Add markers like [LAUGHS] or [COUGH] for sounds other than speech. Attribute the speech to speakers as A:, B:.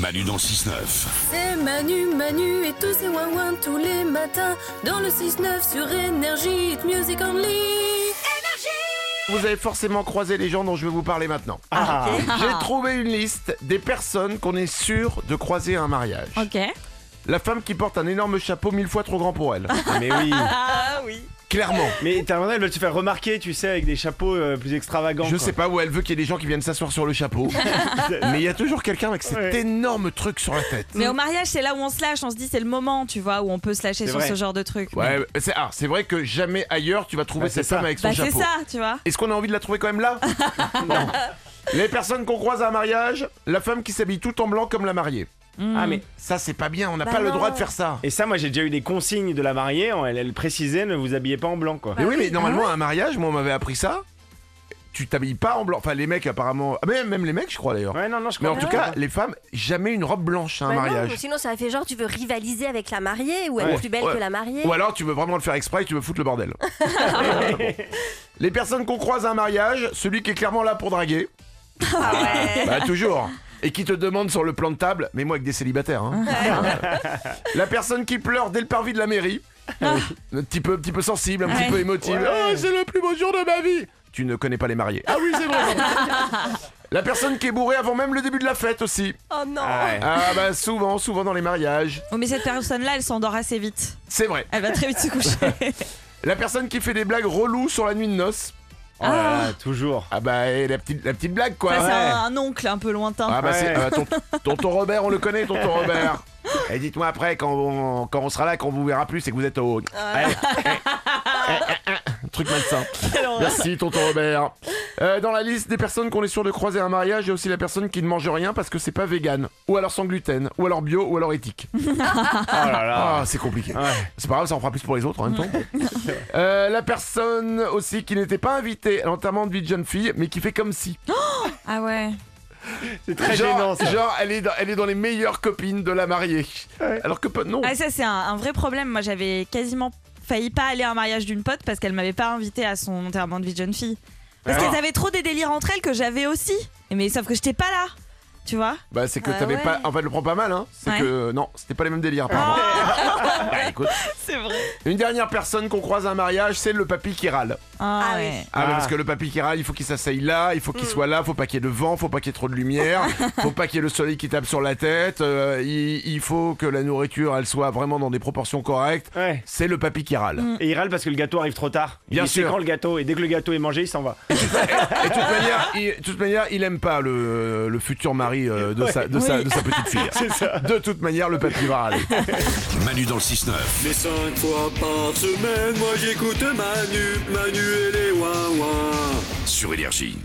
A: Manu dans le 6-9.
B: C'est Manu, Manu et tous ces ouin tous les matins dans le 6-9 sur Énergie, It Music Only.
C: Vous avez forcément croisé les gens dont je vais vous parler maintenant.
D: Ah,
E: Ah.
C: J'ai [LAUGHS] trouvé une liste des personnes qu'on est sûr de croiser à un mariage.
E: Ok.
C: La femme qui porte un énorme chapeau mille fois trop grand pour elle. [LAUGHS]
D: Mais oui.
E: Ah oui.
C: Clairement.
D: Mais t'as vraiment, elle veut te faire remarquer, tu sais, avec des chapeaux euh, plus extravagants.
C: Je sais pas où elle veut qu'il y ait des gens qui viennent s'asseoir sur le
D: [LAUGHS]
C: chapeau. mais il y a toujours quelqu'un avec cet
D: Ouais.
C: énorme truc sur la tête.
E: Mais au mariage, c'est là où on se lâche. On se dit, c'est le moment, tu vois, où on peut se lâcher
D: C'est
E: sur
D: vrai.
E: ce genre de truc.
C: Ouais, mais c'est ah, c'est vrai que jamais ailleurs tu vas trouver
D: Bah, c'est
C: cette femme
D: ça.
C: avec son
E: Bah, c'est
C: chapeau.
E: ça, tu vois.
C: Est-ce qu'on a envie de la trouver quand même
E: [LAUGHS]
C: là Non. Les personnes qu'on croise à un mariage, la femme qui s'habille tout en blanc comme la mariée. Hmm.
D: Ah, mais.
C: Ça c'est pas bien, on n'a
E: Bah
C: pas le
E: non.
C: droit de faire ça.
D: Et ça, moi, j'ai déjà eu des consignes de la mariée. Elle, elle précisait, ne vous habillez pas en blanc, quoi.
C: Mais oui, mais normalement, à un mariage, moi, on m'avait appris ça. Tu t'habilles pas en blanc. Enfin, les mecs, apparemment. Ah, Même, même les mecs, je crois d'ailleurs.
D: Ouais, non, non, je
C: Mais
D: crois
C: en tout cas, les femmes, jamais une robe blanche hein, à un
F: Bah non,
C: mariage.
F: sinon, ça fait genre, tu veux rivaliser avec la mariée ou elle
D: Ouais.
F: est plus belle
C: Ouais.
F: que la mariée.
C: Ou alors, tu veux vraiment le faire exprès et tu veux foutre le bordel. [LAUGHS] les personnes qu'on croise à un mariage, celui qui est clairement là pour draguer. Bah, toujours. Et qui te demande sur le plan de table, mais moi avec des célibataires. hein. [LAUGHS] la personne qui pleure dès le parvis de la mairie. un, petit peu, un petit peu sensible, un petit
E: Ouais.
C: peu émotive.
D: Ouais.
C: Ah, c'est le plus beau jour de ma vie. Tu ne connais pas les mariés. Ah oui, c'est vrai. la personne qui est bourrée avant même le début de la fête aussi.
F: Oh non
D: Ah ouais.
C: Ah bah souvent, souvent dans les mariages.
E: Oh, mais cette personne-là, elle s'endort assez vite.
C: C'est vrai.
E: Elle va très vite se coucher.
C: La personne qui fait des blagues reloues sur la nuit de noces.
D: Oh là là, toujours.
C: Ah bah et la petite, la petite blague quoi.
E: Ça, c'est
D: ouais.
E: un, un oncle un peu lointain.
C: Ah bah
D: Ouais.
C: c'est euh, ton- tonton Robert, on le connaît,
D: [LAUGHS]
C: tonton Robert. Et dites-moi après quand on, quand on sera là, quand on vous verra plus, c'est que vous êtes au.
D: Ah.
C: Eh, Ouais. eh, Truc malsain. Merci tonton Robert. Euh, dans la liste des personnes qu'on est sûr de croiser à un mariage, il y a aussi la personne qui ne mange rien parce que c'est pas vegan, ou alors sans gluten, ou alors bio, ou alors éthique.
D: [LAUGHS] Oh là là.
C: Ah, c'est compliqué.
D: Ouais.
C: C'est pas grave, ça en fera plus pour les autres en même temps. Euh, la personne aussi qui n'était pas invitée à l'enterrement de vie de jeune fille, mais qui fait comme si.
E: Ah ouais.
D: C'est très
C: genre,
D: gênant, ça.
C: genre, elle est, dans, elle est dans les meilleures copines de la mariée.
D: Ouais.
C: Alors que pas- non.
E: Ah, ça, c'est un, un vrai problème. Moi, j'avais quasiment failli pas aller à un mariage d'une pote parce qu'elle m'avait pas invité à son enterrement de vie de jeune fille. Parce
D: Ah.
E: qu'elles avaient trop des délires entre elles que j'avais aussi. Mais sauf que j'étais pas là. Tu vois
C: Bah c'est que
F: Ouais,
C: t'avais
F: ouais.
C: pas. En fait, le prends pas mal, hein. C'est
E: Ouais.
C: que non, c'était pas les mêmes délires. Apparemment. Bah, écoute.
E: [LAUGHS] C'est vrai.
C: Une dernière personne qu'on croise à un mariage, c'est le papy qui râle.
E: Ah,
F: Ah oui.
E: ouais.
C: Ah, mais
D: Ah.
C: parce que le papy qui râle, il faut qu'il s'asseye là, il faut qu'il soit là, faut pas qu'il y ait de vent, faut pas qu'il y ait trop de lumière, faut pas qu'il y ait le soleil qui tape sur la tête, euh, il, il faut que la nourriture elle soit vraiment dans des proportions correctes.
D: Ouais.
C: C'est le papy qui râle.
D: Et il râle parce que le gâteau arrive trop tard. Il
C: Bien
D: dit,
C: sûr.
D: C'est quand le gâteau Et dès que le gâteau est mangé, il s'en va.
C: Et de
D: Ah.
C: toute manière, il, de toute manière, il aime pas le, le futur mari euh, de, sa, de, sa, de sa petite fille.
D: [LAUGHS] C'est ça.
C: De toute manière, le papy va râler.
A: Manu dans le 6-9.
G: Mais cinq fois par semaine, moi j'écoute Manu, Manu et les ouin-ouin.
A: Sur Énergie.